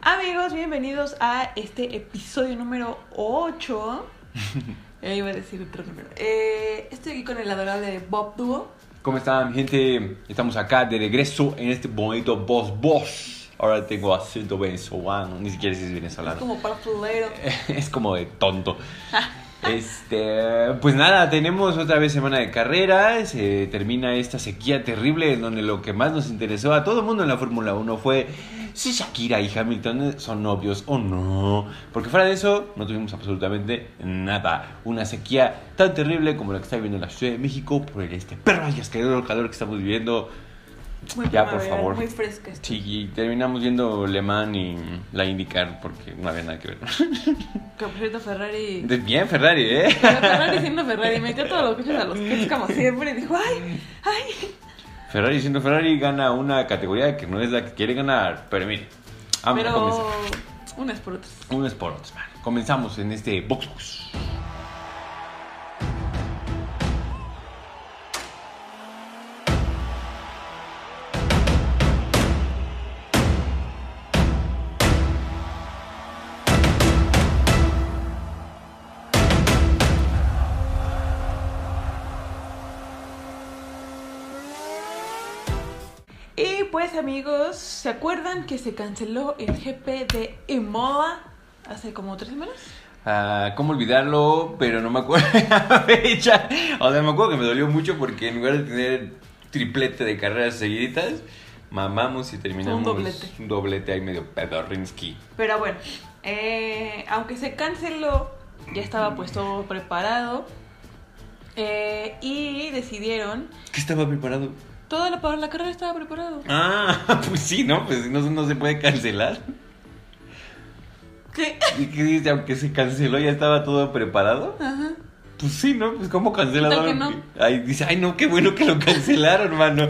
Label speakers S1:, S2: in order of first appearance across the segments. S1: Amigos, bienvenidos a este episodio número 8. Ya iba a decir otro número. Eh, estoy aquí con el adorable Bob Duo.
S2: ¿Cómo están, gente? Estamos acá de regreso en este bonito Boss Boss. Ahora tengo acento venezolano, ni siquiera sé si es
S1: Es
S2: venezolano.
S1: como partulero.
S2: es como de tonto. Este, pues nada, tenemos otra vez semana de carrera, se termina esta sequía terrible en donde lo que más nos interesó a todo el mundo en la Fórmula 1 fue si Shakira y Hamilton son novios o no, porque fuera de eso no tuvimos absolutamente nada, una sequía tan terrible como la que está viviendo la Ciudad de México por el este perro y asqueroso calor que estamos viviendo.
S1: Muy
S2: Ya, por
S1: primaveral,
S2: favor.
S1: Muy fresca. está.
S2: Sí, y terminamos viendo Le Mans y la indicar porque no había nada que ver.
S1: Que por cierto, Ferrari.
S2: Bien Ferrari, ¿eh?
S1: Pero Ferrari siendo Ferrari, metió todos los coches a los coches como siempre y dijo, ay, ay.
S2: Ferrari siendo Ferrari gana una categoría que no es la que quiere ganar, pero mire, vamos a
S1: Pero
S2: comenzar.
S1: unas por otras.
S2: Unos por otros, man. Comenzamos en este box box.
S1: Y pues amigos, ¿se acuerdan que se canceló el GP de Imola hace como tres semanas?
S2: Ah, ¿Cómo olvidarlo? Pero no me acuerdo de la fecha. O sea, me acuerdo que me dolió mucho porque en lugar de tener triplete de carreras seguiditas, mamamos y terminamos
S1: doblete.
S2: un doblete ahí medio pedorrinsky.
S1: Pero bueno, eh, aunque se canceló, ya estaba pues todo preparado. Eh, y decidieron,
S2: ¿Qué estaba preparado?
S1: todo lo para la carrera estaba preparado.
S2: Ah, pues sí, ¿no? Pues no, no se puede cancelar.
S1: ¿Qué?
S2: ¿Y qué dice? Aunque se canceló, ya estaba todo preparado.
S1: Ajá.
S2: Pues sí, ¿no? Pues cómo cancelaron.
S1: ¿Qué tal que
S2: Ay, dice, ay, no, qué bueno que lo cancelaron, mano.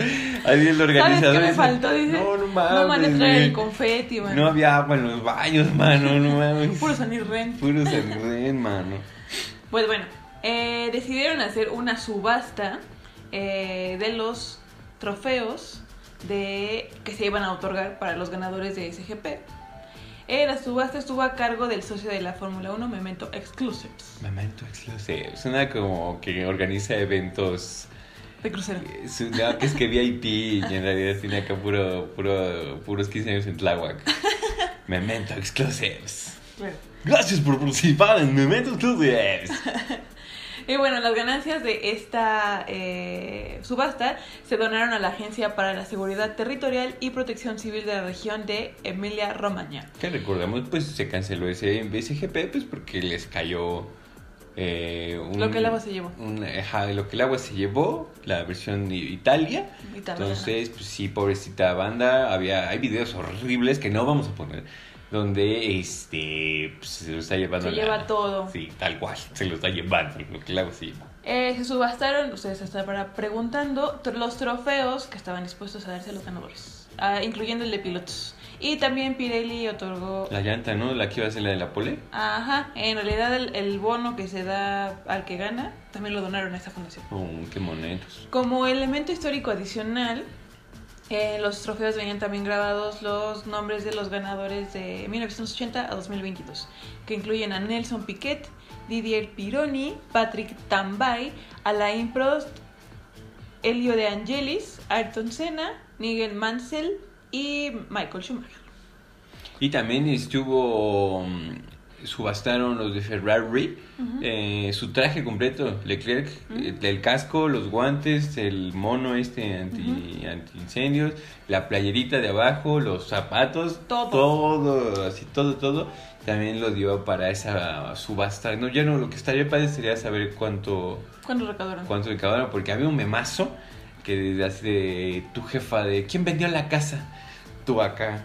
S2: Ahí el
S1: ¿Sabes
S2: organizador.
S1: qué me
S2: dice,
S1: faltó? Dice,
S2: no, no
S1: No van a
S2: mames.
S1: traer el
S2: güey.
S1: confeti, man.
S2: Ah, pues, no había agua en los baños, mano, no mames.
S1: Puro San Irren.
S2: Puro sangrén, mano.
S1: Pues bueno, eh, decidieron hacer una subasta eh, de los trofeos de, que se iban a otorgar para los ganadores de SGP. Eh, la subasta estuvo a cargo del socio de la Fórmula 1, Memento Exclusives,
S2: Memento exclusive. Suena como que organiza eventos.
S1: de crucero.
S2: eh, su- No, que es que VIP y en realidad tiene acá puro, puro, puros 15 años en Tláhuac. Memento exclusives.
S1: Claro.
S2: Gracias por participar en Memento Exclusives.
S1: Y bueno, las ganancias de esta eh, subasta se donaron a la Agencia para la Seguridad Territorial y Protección Civil de la región de Emilia-Romagna.
S2: Que recordemos, pues se canceló ese, ese GP, pues porque les cayó. eh, un-
S1: Lo que el agua se llevó.
S2: un- ajá, lo que el agua se llevó, la versión de Italia.
S1: Y tal vez, ¿no?
S2: Entonces, pues sí, pobrecita banda, había, hay videos horribles que no vamos a poner, donde este, pues, se lo está llevando.
S1: se
S2: la-
S1: lleva todo.
S2: Sí, tal cual, se lo está llevando, lo que el agua se llevó.
S1: Eh, se subastaron, ustedes estaban preguntando, tr- los trofeos que estaban dispuestos a darse a los ganadores, ah, incluyendo el de pilotos. Y también Pirelli otorgó...
S2: La llanta, ¿no? La que iba a ser la de la pole.
S1: Ajá, en realidad el, el bono que se da al que gana, también lo donaron a esta fundación.
S2: Oh, qué monedos.
S1: Como elemento histórico adicional, eh, los trofeos venían también grabados los nombres de los ganadores de 1980 a 2022, que incluyen a Nelson Piquet, Didier Pironi, Patrick Tambay, Alain Prost, Elio De Angelis, Ayrton Senna, Nigel Mansell y Michael Schumacher.
S2: Y también estuvo. mm, Subastaron los de Ferrari
S1: Ujú.
S2: eh, su traje completo, Leclerc,
S1: Ujú.
S2: eh, el casco, los guantes, el mono este anti, antiincendios, la playerita de abajo, los zapatos,
S1: Todo.
S2: todo, así todo, todo. También lo dio para esa subasta. No, ya no, lo que estaría padre sería saber cuánto,
S1: ¿Cuándo recaudaron?
S2: cuánto le acabaron, porque había un memazo que desde hace de tu jefa de quién vendió la casa, tú acá,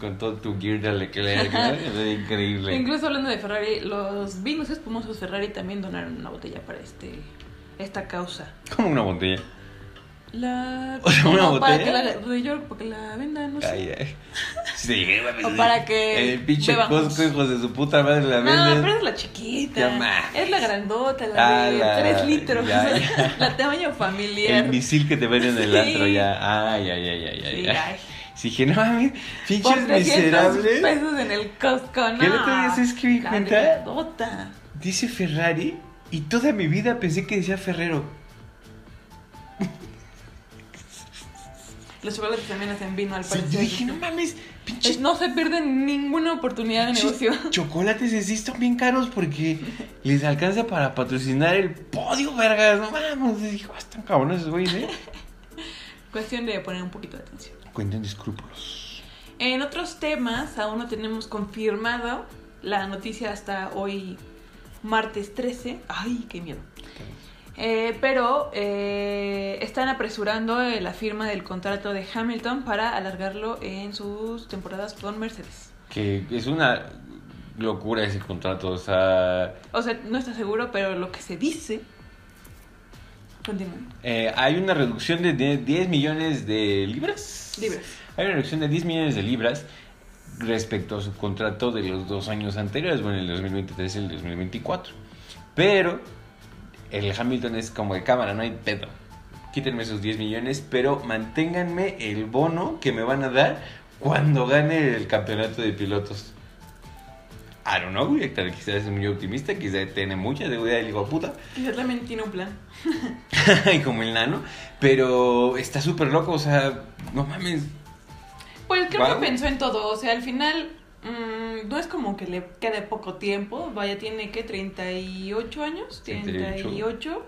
S2: con todo tu gear de Leclerc, ¿no? Era increíble.
S1: Incluso hablando de Ferrari, los vinos espumosos Ferrari también donaron una botella para este esta causa.
S2: Como una botella.
S1: La.
S2: O sea, una
S1: no, Para
S2: botella.
S1: que la, de York, porque la vendan, no sé.
S2: Ay, ay. Si te llegué, mames.
S1: O para que
S2: El pinche
S1: beban
S2: Costco,
S1: juntos.
S2: hijos de su puta madre, la
S1: no,
S2: venden.
S1: pero es la chiquita.
S2: Ya más.
S1: Es la grandota, la
S2: Ah,
S1: de
S2: la-
S1: 3 litros.
S2: ya, ya.
S1: la tamaño familiar.
S2: El misil que te venden en el
S1: Sí.
S2: antro ya. Ay, ay, ay, ay, ay.
S1: Sí,
S2: ay.
S1: ay.
S2: Si dije, no mames, pinches
S1: Por 300
S2: miserables.
S1: pesos en el Costco, no.
S2: ¿Qué el otro día sabes qué me di
S1: La
S2: cuenta?
S1: delgadota.
S2: Dice Ferrari y toda mi vida pensé que decía Ferrero.
S1: Los chocolates también hacen vino al
S2: Sí,
S1: parecer.
S2: yo dije, no mames, pinches
S1: Pues no se pierden ninguna oportunidad de
S2: Pinches
S1: negocio.
S2: Chocolates así están bien caros porque les alcanza para patrocinar el podio, vergas. No mames, dijo, "Ah, están cabrones esos güeyes, ¿eh?
S1: Cuestión de poner un poquito de atención.
S2: Cuenten de escrúpulos.
S1: En otros temas, aún no tenemos confirmado la noticia hasta hoy, martes 13. Ay, qué miedo. Eh, pero eh, están apresurando eh, la firma del contrato de Hamilton para alargarlo en sus temporadas con Mercedes.
S2: Que es una locura ese contrato, o sea.
S1: O sea, no está seguro, pero lo que se dice... Continúa.
S2: eh, hay una reducción de 10 10 millones de libras.
S1: Libras.
S2: Hay una reducción de 10 millones de libras respecto a su contrato de los dos años anteriores, bueno, el 2023 y el 2024. Pero el Hamilton es como de cámara, no hay pedo. Quítenme esos 10 millones, pero manténganme el bono que me van a dar cuando gane el campeonato de pilotos. I don't know, güey, tal vez quizás es muy optimista, quizás tiene mucha deuda del hijo de puta.
S1: Quizás también tiene un plan.
S2: Y como el nano, pero está súper loco, o sea, no mames.
S1: Pues creo
S2: Vamos.
S1: que pensó en todo, o sea, al final mm, no es como que le quede poco tiempo, vaya, tiene que 38 años,
S2: 38.
S1: 38,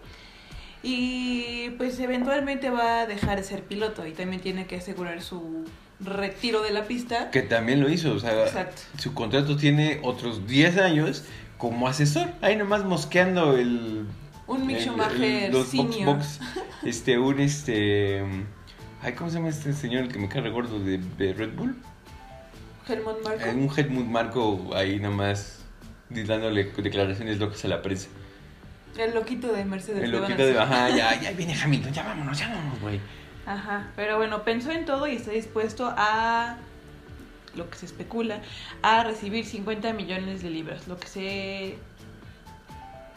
S1: y pues eventualmente va a dejar de ser piloto y también tiene que asegurar su retiro de la pista.
S2: Que también lo hizo, o sea,
S1: Exacto.
S2: su contrato tiene otros 10 años como asesor, ahí nomás mosqueando el...
S1: Un Mick
S2: el-
S1: Schumacher
S2: el- los box,
S1: senior.
S2: box. este, un este... Ay, ¿cómo se llama este señor el que me cae gordo de, de Red Bull?
S1: Helmut Marko.
S2: Eh, Un Helmut Marco ahí nomás dándole declaraciones locas a la prensa.
S1: El loquito de Mercedes.
S2: El
S1: le van a
S2: loquito de,
S1: decir.
S2: ajá, ya, ya viene Hamilton, ya vámonos, ya vámonos, güey.
S1: Ajá, pero bueno, pensó en todo y está dispuesto a lo que se especula, a recibir 50 millones de libras, lo que se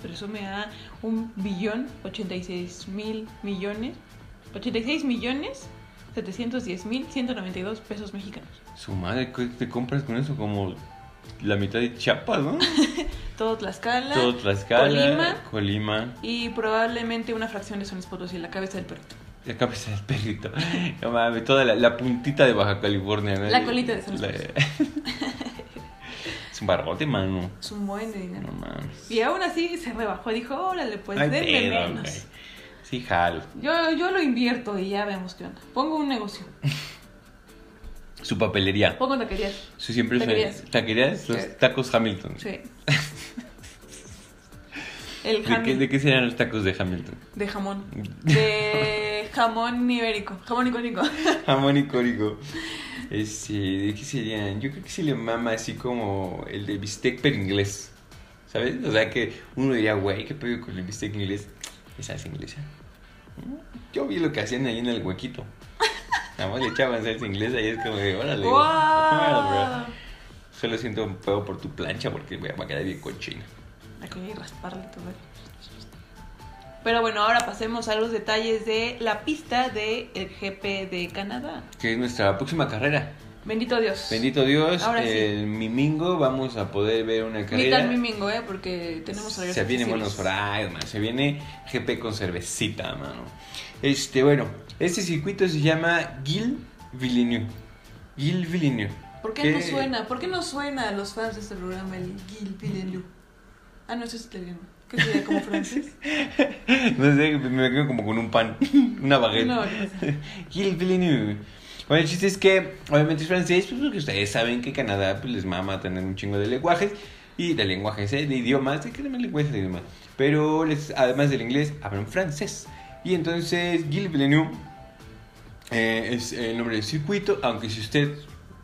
S1: presume a un billón 86 mil millones, 86 millones 710 mil 192 pesos mexicanos.
S2: Su madre, ¿qué te compras con eso? Como la mitad de Chiapas, ¿no?
S1: Todo Tlaxcala
S2: Todo Tlaxcala,
S1: Colima.
S2: Colima.
S1: y probablemente una fracción de San Luis Potosí, la cabeza del perrito.
S2: La cabeza del perrito. No mames, toda la, la puntita de Baja California. ¿no?
S1: La colita de San Luis
S2: La- Es un barbote, mano.
S1: Es un buen de dinero.
S2: No mames.
S1: Y aún así se rebajó, dijo, órale, pues
S2: No hay
S1: denme
S2: pedo,
S1: menos.
S2: güey. Sí, jalo.
S1: Yo, yo lo invierto y ya vemos qué onda. Pongo un negocio.
S2: Su papelería.
S1: Pongo taquerías.
S2: Su siempre
S1: Taquerías.
S2: su taquerías,
S1: Sí.
S2: los tacos Hamilton.
S1: Sí. El
S2: ¿De,
S1: jamón.
S2: qué, ¿De
S1: De,
S2: qué serán los tacos de Hamilton?
S1: jamón. De jamón ibérico. Jamón icónico.
S2: Jamón y córico. Este, ¿De qué serían? Yo creo que se le mama así como el de bistec pero inglés. ¿Sabes? O sea que uno diría, güey, ¿qué pedo con el bistec inglés? Esa es inglesa. Mm, Yo vi lo que hacían ahí en el huequito. Nada más le echaban salsa inglesa y es como de, órale. güey, órale,
S1: ¡Wow!
S2: bro. Solo siento un pedo por tu plancha porque güey, va a quedar bien cochina.
S1: Aquí hay que rasparle todo. Pero bueno, ahora pasemos a los detalles de la pista del GP de Canadá.
S2: Que es nuestra próxima carrera.
S1: Bendito Dios.
S2: Bendito Dios,
S1: Ahora sí.
S2: el mimingo vamos a poder ver una
S1: Ni
S2: carrera.
S1: tan mimingo, ¿eh? Porque tenemos horarios
S2: Se vienen
S1: accesibles.
S2: buenos horarios, man. Se viene GP con cervecita, mano. Este, bueno, este circuito se llama Gil Villeneuve. Gil Villeneuve.
S1: ¿Por qué
S2: que-
S1: no suena? ¿Por qué no suena a los fans de este programa el Gil Villeneuve? Ah, no, eso es italiano. ¿Qué sería como francés?
S2: No sé, me quedo como con un pan, una baguette.
S1: No, no sé.
S2: Gilles Villeneuve. Bueno, el chiste es que, obviamente es francés, pues porque ustedes saben que Canadá pues, les mama tener un chingo de lenguajes y de lenguajes, ¿eh? de idiomas, de que también lenguajes de idiomas. Pero les, además del inglés, hablan francés. Y entonces Gilles Villeneuve eh, es el nombre del circuito, aunque si usted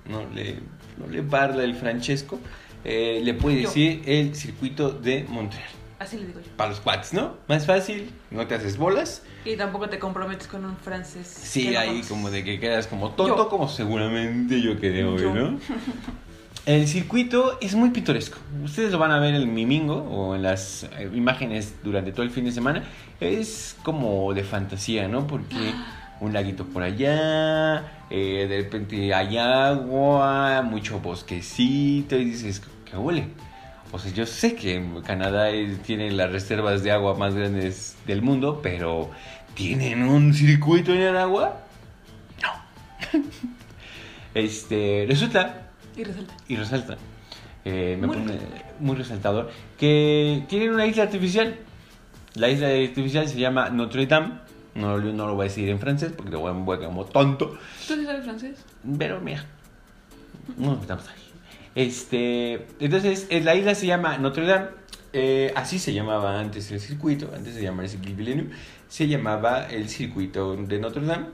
S2: no le, no le parla el francesco, eh, le puede
S1: Yo.
S2: decir el circuito de Montreal.
S1: Así le digo yo.
S2: Para los cuates, ¿no? Más fácil, no te haces bolas.
S1: Y tampoco te comprometes con un francés.
S2: Sí,
S1: que no
S2: ahí
S1: conoces.
S2: como de que quedas como tonto,
S1: Yo.
S2: como seguramente yo quedé hoy,
S1: Yo.
S2: ¿no? El circuito es muy pintoresco. Ustedes lo van a ver en el Mimingo o en las eh, imágenes durante todo el fin de semana. Es como de fantasía, ¿no? Porque un laguito por allá, eh, de repente hay agua, mucho bosquecito y dices, ¿qué huele? O sea, yo sé que Canadá es- tiene las reservas de agua más grandes del mundo, pero ¿tienen un circuito en el agua? No. este, resulta
S1: Y resalta.
S2: y resalta. eh, me
S1: Muy
S2: pone muy resaltador. Que tienen una isla artificial. La isla artificial se llama Notre Dame. No, lo- no lo voy a decir en francés porque lo voy a- me voy a quedar como tonto.
S1: ¿Tú sí sabes francés?
S2: Pero mira, no nos metamos ahí. Este, entonces, eh, la isla se llama Notre Dame. Eh, así se llamaba antes el circuito, antes de llamarse Gilvilleneuve, se llamaba el circuito de Notre Dame.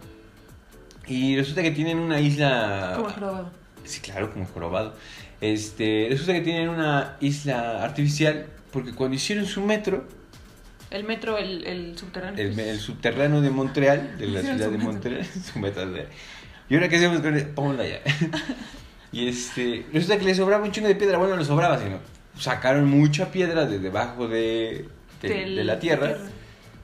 S2: Y resulta que tienen una isla.
S1: Como jorobado.
S2: Sí, claro, como jorobado. Este, resulta que tienen una isla artificial porque cuando hicieron su metro,
S1: El metro, el, el subterráneo. pues,
S2: el, el subterráneo de Montreal, de la
S1: Ah, Hicieron
S2: ciudad
S1: su
S2: de
S1: metro.
S2: Montreal, su metro de... Y ahora qué hacemos con él, ponla allá. Y este, resulta que le sobraba un chingo de piedra, bueno, no le sobraba, sino sacaron mucha piedra de debajo de, de-
S1: Del-
S2: de la tierra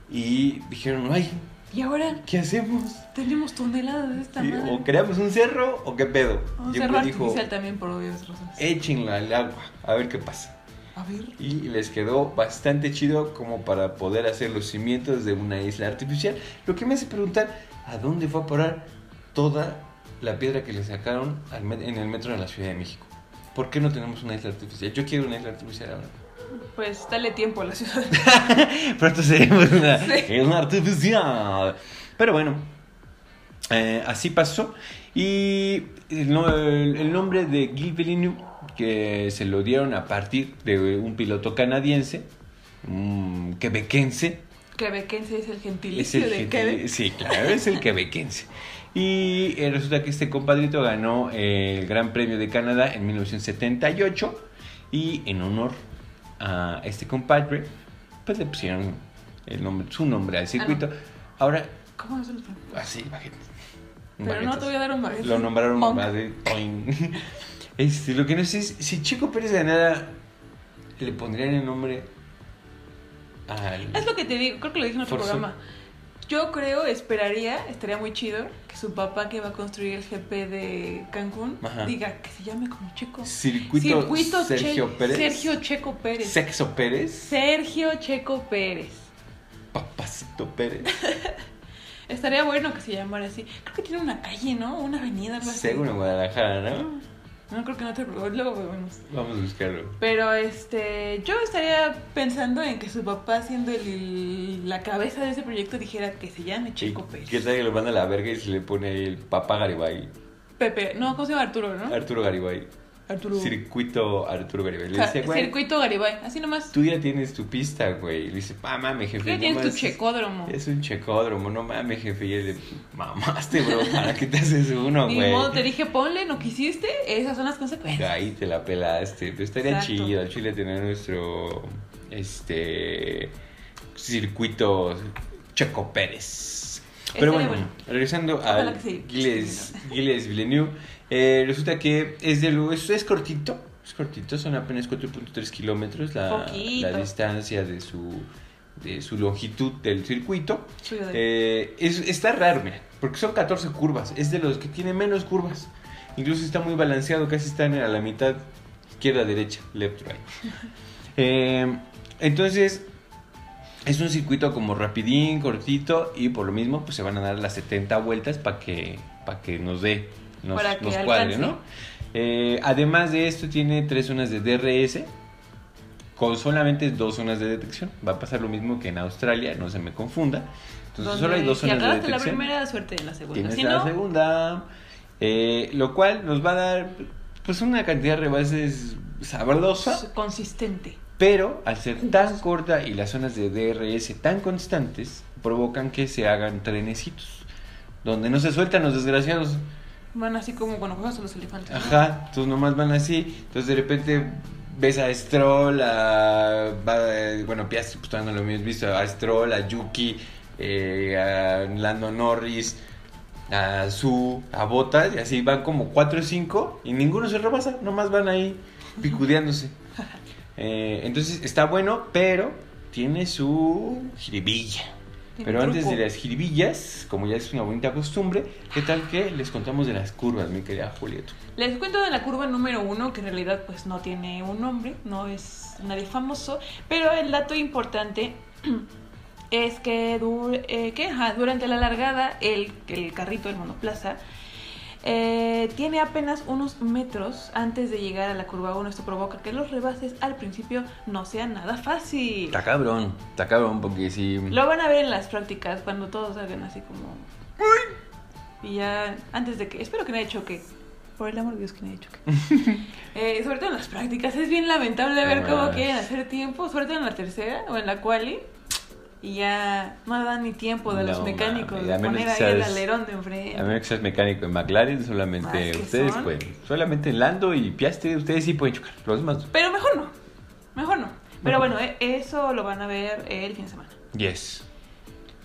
S2: y dijeron, ay,
S1: Y ahora
S2: ¿qué hacemos?
S1: tenemos toneladas de esta
S2: Y-
S1: madre.
S2: o creamos un cerro o qué pedo.
S1: Un
S2: Yo
S1: cerro
S2: dijo, Eh.
S1: artificial también por obvias razones.
S2: échenla al agua, a ver qué pasa.
S1: A ver.
S2: y les quedó bastante chido como para poder hacer los cimientos de una isla artificial. Lo que me hace preguntar, ¿a dónde fue a parar toda la piedra que le sacaron al met- en el metro de la Ciudad de México? ¿Por qué no tenemos una isla artificial? Yo quiero una isla artificial ahora.
S1: Pues dale tiempo a la ciudad.
S2: Pronto seremos una
S1: Sí.
S2: isla artificial. Pero bueno, eh, así pasó. Y el, no- el- el nombre de Gil Villeneuve, que se lo dieron a partir de un piloto canadiense, un quebequense.
S1: Quebequense es el
S2: Es
S1: gentilicio
S2: el
S1: de
S2: gentil-
S1: Quebec.
S2: sí, claro, es el quebequense. Y eh, resulta que este compadrito ganó eh, el Gran Premio de Canadá en 1978 y en honor a este compadre, pues le pusieron el nombre, su nombre
S1: Ah,
S2: al circuito. Ahora,
S1: ¿Cómo es el otro?
S2: así, imagínate.
S1: Pero no te voy a dar un baguette.
S2: Lo nombraron
S1: Monk.
S2: Madrid. Coin. Este, lo que no sé es si Chico Pérez ganara, le pondrían el nombre al...
S1: Es lo que te digo, creo que lo dije en otro
S2: Forza.
S1: programa. Yo creo, esperaría, estaría muy chido que su papá que va a construir el GP de Cancún
S2: Ajá.
S1: diga que se llame como Checo.
S2: Circuito,
S1: Che-
S2: Sergio Pérez.
S1: Sergio Checo Pérez.
S2: Sexo Pérez.
S1: Sergio Checo Pérez.
S2: Papacito Pérez.
S1: Estaría bueno que se llamara así. Creo que tiene una calle, ¿no? Una avenida, algo así.
S2: Seguro en Guadalajara, ¿no?
S1: No creo que no te luego vemos.
S2: Vamos a buscarlo.
S1: Pero este, yo estaría pensando en que su papá, siendo el- la cabeza de ese proyecto, dijera que se llame Checo
S2: ¿Y
S1: Pérez.
S2: ¿Qué tal que lo manda a la verga y se le pone ahí el papá Garibay?
S1: Pepe, no, ¿cómo se llama Arturo, no?
S2: Arturo Garibay.
S1: Arturo.
S2: Circuito Arturo Garibay. Le
S1: Ca-
S2: dice, güey,
S1: Circuito Garibay, así nomás.
S2: tú ya tienes tu pista, güey. Y Le dice, ah, mames, jefe.
S1: Creo que
S2: no
S1: tienes tu
S2: mames,
S1: checódromo.
S2: Es un checódromo, no mames, jefe. Y él le mamaste, bro. ¿Para qué te haces uno,
S1: Ni
S2: güey?
S1: modo, te dije ponle, no quisiste, esas son las consecuencias.
S2: Ahí te la pelaste. Pero estaría
S1: Exacto.
S2: chido al Chile tener nuestro este circuito Checo Pérez. Pero
S1: Estaría
S2: bueno,
S1: bueno.
S2: regresando
S1: Ojalá
S2: a
S1: que sí.
S2: Giles, Giles Villeneuve, eh, resulta que es, de, lo- es, es cortito, es cortito, son apenas 4.3 kilómetros la,
S1: Poquito.
S2: la distancia de su, de su longitud del circuito.
S1: Suyo de-
S2: Eh, es, está raro, mira, porque son 14 curvas. Es de los que tiene menos curvas. Incluso está muy balanceado, casi están a la mitad izquierda, derecha, left, right. Eh, entonces, es un circuito como rapidín, cortito, y por lo mismo, pues se van a dar las 70 vueltas para que, pa' que nos dé, nos,
S1: Para que
S2: nos cuadre,
S1: alcance.
S2: ¿no? Eh, además de esto, tiene tres zonas de DRS. Con solamente dos zonas de detección. Va a pasar lo mismo que en Australia, no se me confunda. Entonces
S1: donde
S2: pues solo hay dos
S1: si
S2: zonas de
S1: agarraste la
S2: detección.
S1: primera, suerte en la segunda.
S2: Tienes
S1: Si
S2: la
S1: no,
S2: segunda. eh, lo cual nos va a dar pues una cantidad de rebases sabrosa.
S1: es pues, consistente.
S2: Pero al ser tan corta y las zonas de DRS tan constantes, provocan que se hagan trenecitos. Donde no se sueltan los desgraciados.
S1: Van así como cuando juegas a los elefantes. ¿no?
S2: Ajá, entonces nomás van así. Entonces de repente ves a Stroll, a. va- Bueno, Piastri, pues todavía no lo habías visto. A Stroll, a Yuki, eh, a Lando Norris, a Su, a Botas, y así van como 4 o 5 y ninguno se rebasa, nomás van ahí picudeándose. Eh, entonces está bueno, pero tiene su jiribilla.
S1: Tiene
S2: Pero antes de
S1: truco.
S2: las jirbillas, como ya es una bonita costumbre, ¿qué tal que les contamos de las curvas, mi querida Julieta?
S1: Les cuento de la curva número uno, que en realidad pues no tiene un nombre, no es nadie famoso, pero el dato importante es que, du- eh, que, ajá, durante la largada el, el carrito, el monoplaza, eh, tiene apenas unos metros antes de llegar a la curva 1. Esto provoca que los rebases al principio no sean nada fácil.
S2: Está cabrón, está cabrón porque si...
S1: Lo van a ver en las prácticas cuando todos hagan así como... Y ya, antes de que... Espero que nadie choque. Por el amor de Dios que nadie choque. Eh, sobre todo en las prácticas. Es bien lamentable ver
S2: No
S1: cómo
S2: mames.
S1: quieren hacer tiempo. Sobre todo en la tercera o en la quali. Y ya no dan ni tiempo de los
S2: No
S1: mecánicos
S2: mames,
S1: de
S2: a menos
S1: poner
S2: que
S1: ahí el
S2: seas-
S1: alerón de
S2: A
S1: enfrente.
S2: menos que seas mecánico en McLaren,
S1: Más
S2: solamente
S1: que
S2: ustedes
S1: son.
S2: pueden. Solamente Lando y Piastre, ustedes sí pueden chocar. Los demás,
S1: Pero mejor no. Mejor no. Pero bueno, eh, eso lo van a ver el fin de semana.
S2: yes.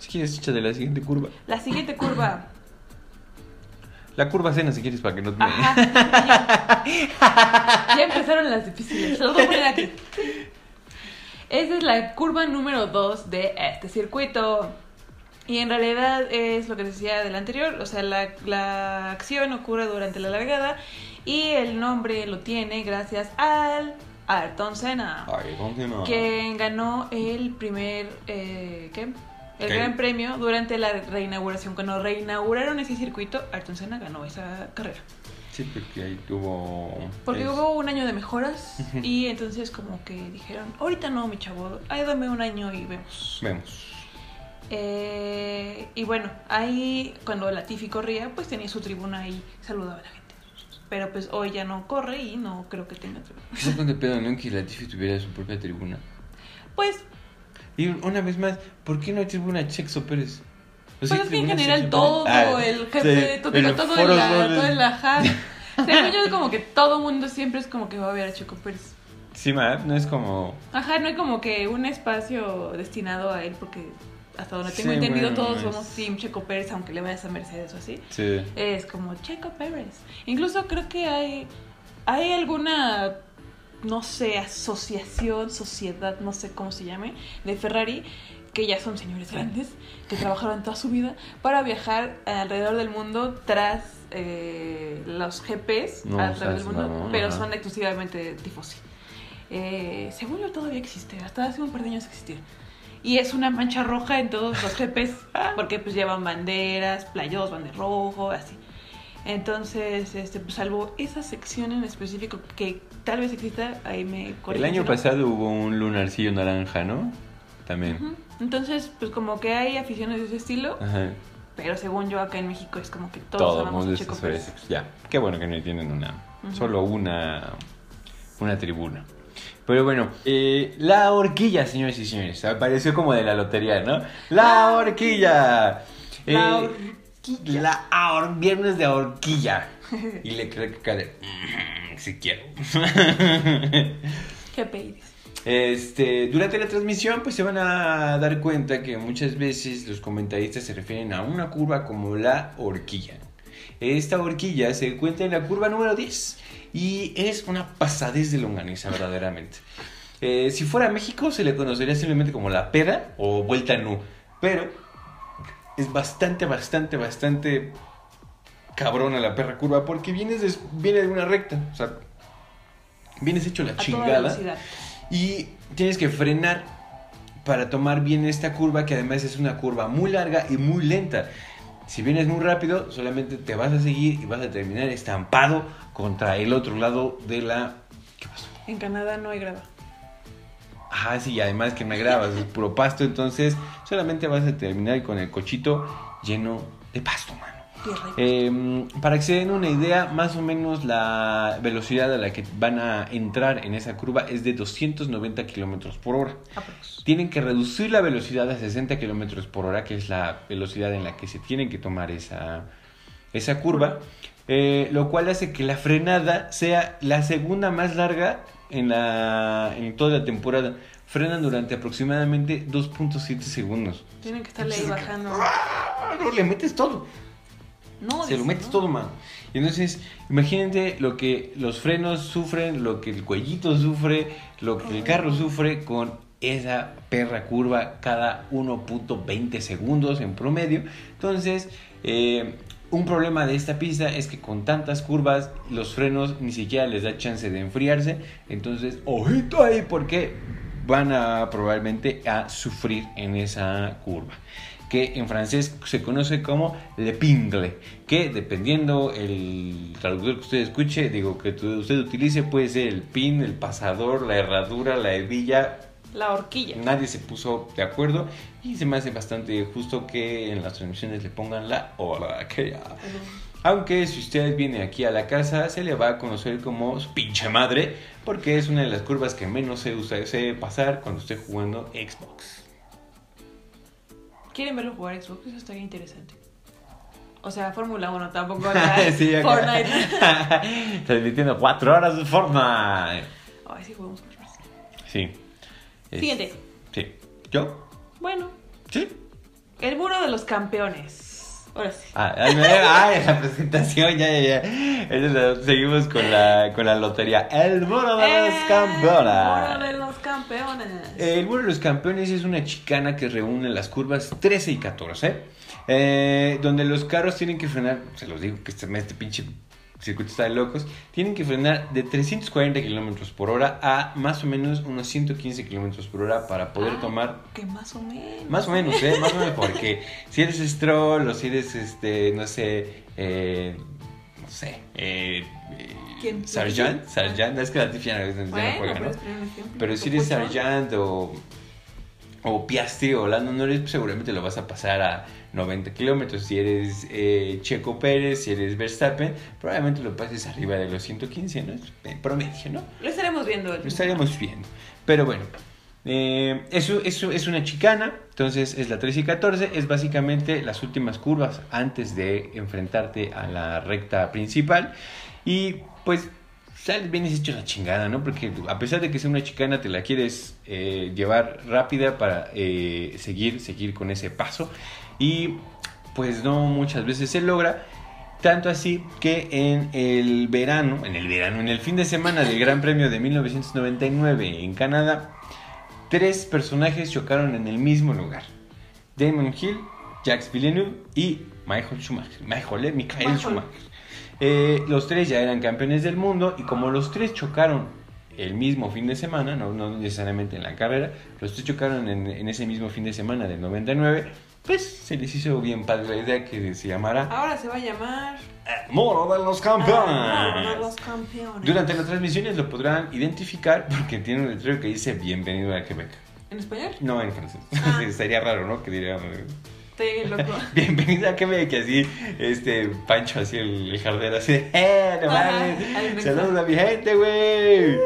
S2: Si quieres, echa de la siguiente curva.
S1: La siguiente curva.
S2: La curva cena, si quieres, para que no te...
S1: Ajá. Ya, ya empezaron las difíciles. Se Los voy a poner aquí. Esa es la curva número 2 de este circuito. Y en realidad es lo que decía del anterior, o sea, la, la acción ocurre durante la largada y el nombre lo tiene gracias al Ayrton Senna,
S2: Ay, ¿cómo se llama?
S1: quien ganó el primer, eh, ¿qué? El
S2: ¿Qué?
S1: gran premio durante la reinauguración. Cuando reinauguraron ese circuito, Ayrton Senna ganó esa carrera.
S2: Sí, porque ahí tuvo...
S1: Porque
S2: es-
S1: hubo un año de mejoras
S2: Ujú.
S1: y entonces como que dijeron, ahorita no, mi chavo, ahí dame un año y vemos.
S2: Vemos.
S1: Eh, y bueno, ahí cuando Latifi corría, pues tenía su tribuna ahí, saludaba a la gente. Pero pues hoy ya no corre y no creo que tenga tribuna.
S2: ¿Sabes cuánto pedo, no? Que Latifi tuviera su propia tribuna.
S1: Pues,
S2: Y una vez más, ¿por qué no hay tribuna Chexo Pérez? O sea,
S1: pues es que en
S2: tribuna
S1: general
S2: Chexo
S1: todo,
S2: Pérez- Ah,
S1: el
S2: sí,
S1: jefe, todo,
S2: el
S1: todo,
S2: Foro
S1: el, la,
S2: Sol.
S1: todo el ajá. Según yo, como que todo mundo siempre es como que va a ver a Checo Pérez.
S2: Sí, ma, no es como...
S1: Ajá, no hay como que un espacio destinado a él, porque hasta donde tengo
S2: Sí,
S1: entendido
S2: bueno,
S1: todos
S2: es-
S1: somos Team Checo Pérez, aunque le vayas a Mercedes o así.
S2: Sí.
S1: Es como Checo Pérez. Incluso creo que hay, hay alguna, no sé, asociación, sociedad, no sé cómo se llame, de Ferrari, que ya son señores grandes, que trabajaron toda su vida para viajar alrededor del mundo tras eh, los GPs,
S2: No,
S1: a través
S2: seas
S1: del mundo,
S2: mamón,
S1: pero
S2: ajá.
S1: son exclusivamente tifosi. Eh, según yo todavía existe, hasta hace un par de años existía. Y es una mancha roja en todos los GPs, porque pues llevan banderas, playados van de rojo, así. Entonces, este, pues, salvo esa sección en específico que tal vez exista, ahí me
S2: El
S1: corrigen si
S2: año
S1: no.
S2: pasado hubo un lunarcillo naranja, ¿no? También.
S1: Ujú. Entonces, pues como que hay aficiones de ese estilo,
S2: Ajá.
S1: pero según yo acá en México es como que todos
S2: Ah. Todo el
S1: hablamos
S2: mundo
S1: de
S2: es
S1: Checo
S2: sobre
S1: Pérez.
S2: eso. Ya. Qué bueno que no tienen una.
S1: Ujú.
S2: Solo una. Una tribuna. Pero bueno, eh, la horquilla, señores y señores. Apareció como de la lotería, ¿no? La
S1: La
S2: horquilla.
S1: La
S2: Eh, La ahor- viernes de horquilla. Y le creo que cae. Si quiero.
S1: ¿Qué pedís?
S2: Este, durante la transmisión, pues se van a dar cuenta que muchas veces los comentaristas se refieren a una curva como la horquilla. Esta horquilla se encuentra en la curva número 10 y es una pasadez de longaniza, verdaderamente. Eh, si fuera México, se le conocería simplemente como la pera o vuelta nu, pero es bastante, bastante, bastante cabrona la perra curva porque vienes des- viene de una recta, o sea, vienes hecho la
S1: A toda
S2: chingada.
S1: velocidad.
S2: Y tienes que frenar para tomar bien esta curva, que además es una curva muy larga y muy lenta. Si vienes muy rápido, solamente te vas a seguir y vas a terminar estampado contra el otro lado de la... ¿Qué pasó?
S1: En Canadá no hay grava.
S2: Ah, sí, y además que me grabas, es puro pasto, entonces solamente vas a terminar con el cochito lleno de pasto, mano.
S1: Tierra. y-
S2: Eh, para que se den una idea, más o menos la velocidad a la que van a entrar en esa curva es de 290 kilómetros por hora.
S1: Aprox.
S2: tienen que reducir la velocidad a 60 kilómetros por hora, que es la velocidad en la que se tienen que tomar esa, esa curva, eh, lo cual hace que la frenada sea la segunda más larga en, la, en toda la temporada. Frenan durante aproximadamente 2.7 segundos.
S1: Tienen que estarle ahí bajando.
S2: Ah, no, le metes todo.
S1: No,
S2: Se lo
S1: dice,
S2: metes
S1: ¿no?
S2: todo, man. Y entonces, imagínate lo que los frenos sufren, lo que el cuellito sufre, lo que el carro sufre con esa perra curva cada 1.20 segundos en promedio. Entonces, eh, un problema de esta pista es que con tantas curvas los frenos ni siquiera les da chance de enfriarse. Entonces, ojito ahí porque van a probablemente a sufrir en esa curva que en francés se conoce como le pingle, que dependiendo el traductor que usted escuche, digo que usted utilice, puede ser el pin, el pasador, la herradura, la hebilla,
S1: La horquilla.
S2: Nadie se puso de acuerdo y se me hace bastante justo que en las transmisiones le pongan la hora que ya. Aunque si usted viene aquí a la casa se le va a conocer como su pinche madre porque es una de las curvas que menos se usa se debe pasar cuando esté jugando Xbox.
S1: ¿Quieren verlo jugar a Xbox? Eso estaría interesante. O sea, Fórmula 1 tampoco. la-
S2: Sí, acá.
S1: Fortnite.
S2: Transmitiendo cuatro horas de Fortnite.
S1: Ay, sí, jugamos con Fortnite.
S2: Sí. Es-
S1: Siguiente.
S2: Sí. ¿Yo?
S1: Bueno,
S2: Sí.
S1: el muro de los campeones. Ahora sí.
S2: Ah, ay, me- ay, la presentación, ya, ya, ya. Eso lo- seguimos con la, con la lotería. El muro de los
S1: Eh, El muro de
S2: campeones. Eh.
S1: los campeones.
S2: El muro de los campeones es una chicana que reúne las curvas 13 y 14, eh, donde los carros tienen que frenar, se los digo que este, este pinche circuito está de locos, tienen que frenar de 340 kilómetros por hora a más o menos unos 115 kilómetros por hora para poder
S1: Ah,
S2: tomar
S1: Que más o menos.
S2: más o menos, ¿eh? Más o menos, porque si eres stroll o si eres, este, no sé, eh, no sé, eh, eh,
S1: ¿Quién?
S2: Sargent, Sargent, es que la tifia no, ya
S1: Bueno,
S2: no
S1: pues,
S2: juega,
S1: pero
S2: ¿no?
S1: es un ejemplo.
S2: Pero si eres
S1: Ojo,
S2: Sargent o, o Piastri o Lando Norris, pues seguramente lo vas a pasar a 90 kilómetros. Si eres eh, Checo Pérez, si eres Verstappen, probablemente lo pases arriba de los 115, ¿no? Es En promedio, ¿no?
S1: Lo estaremos viendo.
S2: Lo estaríamos viendo. Pero bueno, eh, eso, eso es una chicana, entonces es la 3 y 14, es básicamente las últimas curvas antes de enfrentarte a la recta principal. Y pues sales, vienes hecho la chingada, ¿no? Porque a pesar de que sea una chicana, te la quieres eh, llevar rápida para eh, seguir, seguir con ese paso. Y pues no muchas veces se logra. Tanto así que en el verano, en el verano, en el fin de semana del Gran Premio de 1999 en Canadá, tres personajes chocaron en el mismo lugar. Damon Hill, Jacques Villeneuve y Michael Schumacher. Michael, eh, Michael
S1: Michael.
S2: Schumacher. Eh, los tres ya eran campeones del mundo y como los tres chocaron el mismo fin de semana, no, no necesariamente en la carrera, los tres chocaron en, en ese mismo fin de semana del 99, pues se les hizo bien padre la idea que se llamara
S1: Ahora se va a llamar.
S2: Moro de los
S1: Ah, el muro de
S2: Campeones.
S1: los campeones.
S2: Durante las transmisiones lo podrán identificar porque tiene un letrero que dice Bienvenido a Quebec.
S1: ¿En español?
S2: No en francés.
S1: Ah.
S2: Sí, Sería raro, ¿no? Que dirían eh,
S1: Te loco.
S2: Bienvenido a Quebec. Y así, este Pancho, así el, el jardero, así de, ¡Eh, no
S1: Ajá, al
S2: mames!
S1: mejor.
S2: ¡Saludos a mi gente, güey!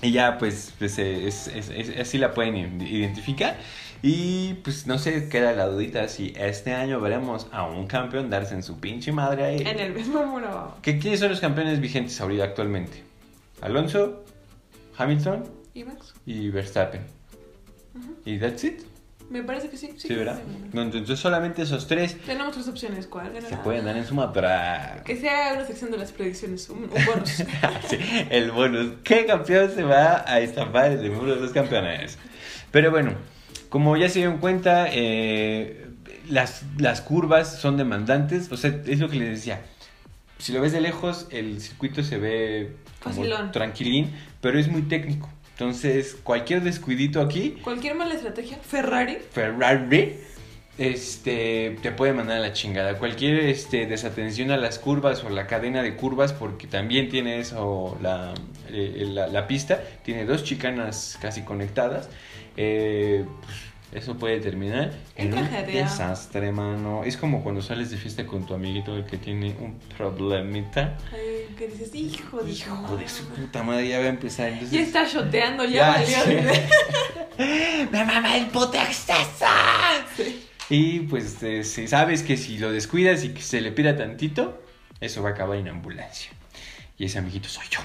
S2: Y ya, pues, pues, eh, es- es- es- así la pueden i- identificar. Y pues no sé, queda la dudita si este año veremos a un campeón darse en su pinche madre ahí.
S1: En el mismo muro.
S2: ¿Qué, ¿Quiénes son los campeones vigentes ahorita actualmente? Alonso, Hamilton
S1: ¿Y Max?
S2: y Verstappen.
S1: Ujú.
S2: ¿Y that's it?
S1: Me parece que sí. Sí,
S2: Sí,
S1: creo
S2: ¿verdad?
S1: que sí.
S2: No, entonces solamente esos tres
S1: Tenemos tres opciones. ¿Cuál?
S2: se
S1: ganará?
S2: pueden dar en su madra.
S1: Que sea una sección de las predicciones. Un, un bonus.
S2: Sí, el bonus. ¿Qué campeón se va a estampar en el muro de los campeones? Pero bueno, como ya se dieron cuenta, eh, las, las curvas son demandantes. O sea, es lo que les decía. Si lo ves de lejos, el circuito se ve como
S1: Facilón.
S2: tranquilín, pero es muy técnico. Entonces, cualquier descuidito aquí,
S1: Cualquier mala estrategia. Ferrari.
S2: Ferrari este te puede mandar a la chingada cualquier este desatención a las curvas o la cadena de curvas porque también tiene eso la, eh, la, la pista tiene dos chicanas casi conectadas eh, pues, eso puede terminar en un
S1: Encajaría.
S2: desastre mano es como cuando sales de fiesta con tu amiguito el que tiene un problemita
S1: Ay, que dices, hijo de su
S2: hijo
S1: madre".
S2: de su puta madre ya va a empezar entonces
S1: Ya está shoteando. Ya,
S2: Ya
S1: valió.
S2: sé. me mama el puto exceso
S1: Sí.
S2: y pues eh, si sabes que si lo descuidas y que se le pida tantito, eso va a acabar en ambulancia. Y ese amiguito soy yo.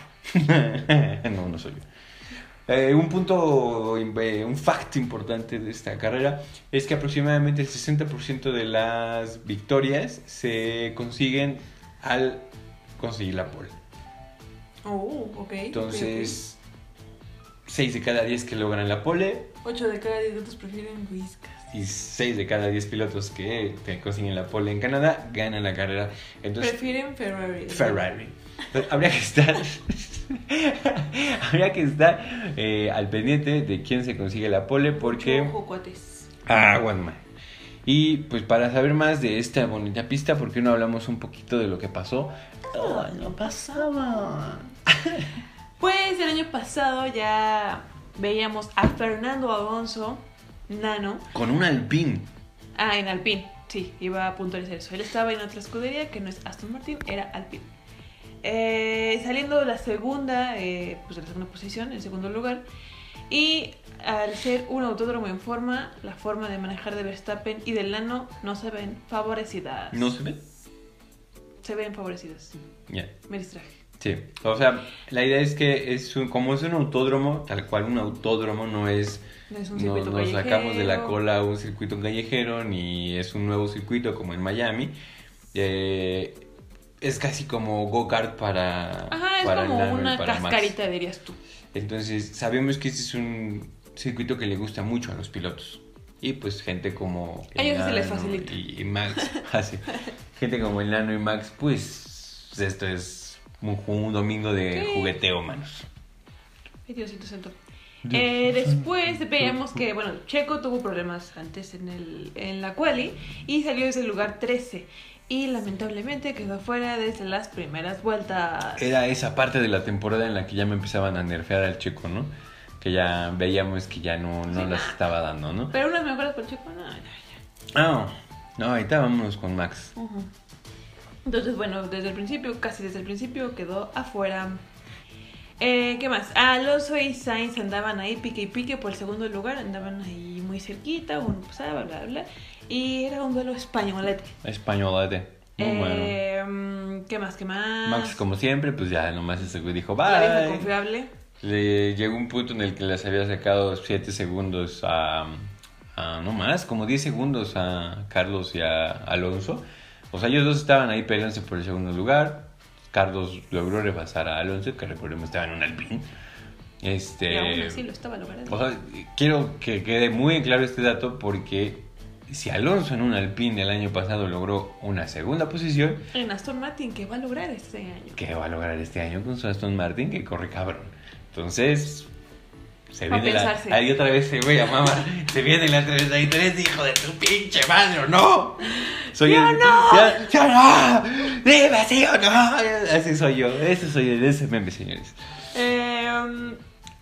S2: no, no soy yo. Eh, un punto, eh, un fact importante de esta carrera es que aproximadamente el 60% de las victorias se consiguen al conseguir la pole.
S1: Oh, ok. ok, ok.
S2: Entonces, 6 de cada 10 que logran la pole
S1: 8 de cada 10 gatos prefieren whiskas.
S2: y 6 de cada 10 pilotos que te consiguen la pole en Canadá ganan la carrera. Entonces,
S1: Prefieren Ferrari.
S2: Ferrari. Entonces, habría que estar, habría que estar eh, al pendiente de quién se consigue la pole porque...
S1: Ojo, cuates.
S2: Ah, Guanma. Y pues para saber más de esta bonita pista, ¿por qué no hablamos un poquito de lo que pasó?
S1: Ah,
S2: no pasaba.
S1: Pues el año pasado ya veíamos a Fernando Alonso, nano,
S2: Con un alpín.
S1: ah, en Alpine. Sí, iba a puntualizar eso. Él estaba en otra escudería que no es Aston Martin, era Alpine. Eh, saliendo de la segunda, eh, pues de la segunda posición, en segundo lugar. Y al ser un autódromo en forma, la forma de manejar de Verstappen y del Nano no se ven favorecidas.
S2: ¿No se ve?
S1: Se ven favorecidas.
S2: Ya.
S1: Me distraje.
S2: Sí, o sea, la idea es que es un- como es un autódromo, tal cual un autódromo no es,
S1: No es un
S2: no,
S1: circuito
S2: nos sacamos de la
S1: callejero.
S2: cola un circuito callejero, ni es un nuevo circuito como en Miami. Eh, es casi como go-kart para,
S1: Ajá, es
S2: para
S1: como
S2: Lando y
S1: una
S2: para Max.
S1: cascarita, dirías tú.
S2: Entonces, sabemos que este es un circuito que le gusta mucho a los pilotos. Y pues gente como...
S1: A ellos se les
S2: Nano
S1: facilita.
S2: Y, y Max, así. Gente como el Nano y Max, pues esto es un, un domingo de
S1: Sí.
S2: jugueteo, manos.
S1: Ay, Diosito santo.
S2: Dios.
S1: Eh, después veíamos que, bueno, Checo tuvo problemas antes en, el, en la quali y salió desde el lugar 13. Y lamentablemente quedó fuera desde las primeras vueltas.
S2: Era esa parte de la temporada en la que ya me empezaban a nerfear al chico, ¿no? Que ya veíamos que ya no, no
S1: Sí.
S2: las estaba dando, ¿no?
S1: Pero unas mejoras para Checo, no, ya, ya.
S2: Ah, no, ahorita vámonos con Max.
S1: Ujú. Entonces, bueno, desde el principio, casi desde el principio, quedó afuera. Eh, ¿Qué más? Alonso y Sainz andaban ahí pique y pique por el segundo lugar, andaban ahí muy cerquita, uno pasaba, bla, bla, bla. Y era un duelo españolete.
S2: Españolate. Muy bueno.
S1: Eh, ah. mm, ¿Qué más? ¿Qué más?
S2: Max, como siempre, pues ya nomás ese güey dijo,
S1: La vieja
S2: bye.
S1: confiable.
S2: Le llegó un punto en el que les había sacado 7 segundos a, a- no más, como 10 segundos a Carlos y a Alonso. O sea, ellos dos estaban ahí peleándose por el segundo lugar. Carlos logró rebasar a Alonso, que recordemos estaba en un alpín. Este,
S1: Y aún así lo estaba logrando.
S2: o sea, quiero que quede muy en claro este dato porque si Alonso en un alpín el año pasado logró una segunda posición,
S1: en Aston Martin, que va a lograr este año.
S2: que va a lograr este año con su Aston Martin que corre cabrón. Entonces, se
S1: Pa'
S2: viene la.
S1: pensarse.
S2: Ahí otra vez se voy a mamar. Se viene la 33, hijo de tu pinche madre, ¿o no? Soy
S1: ¿Sí o
S2: el-
S1: no?
S2: Ya- ya no! ¡Dime sí o no! Así soy yo, ese soy yo, ese meme, señores.
S1: Eh, mm,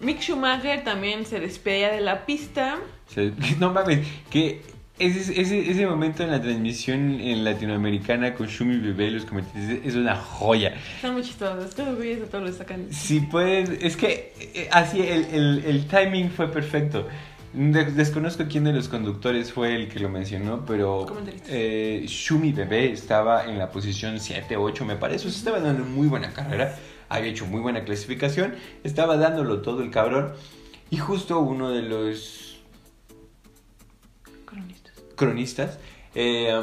S1: Mick Schumacher también se despedía de la pista.
S2: Se- No mames, que ese, ese, ese momento en la transmisión en latinoamericana con Shumi Bebé y los comentarios es una joya.
S1: Están muy chistosos. Estos güeyes a todos los sacan.
S2: Si pueden, es que eh, así el, el- el timing fue perfecto. De- desconozco quién de los conductores fue el que lo mencionó, pero
S1: Comentaristas.
S2: eh, Shumi Bebé estaba en la posición 7, 8, me parece. O sea, estaba dando muy buena carrera, había hecho muy buena clasificación, estaba dándolo todo el cabrón. Y justo uno de los
S1: Cronistas.
S2: cronistas eh,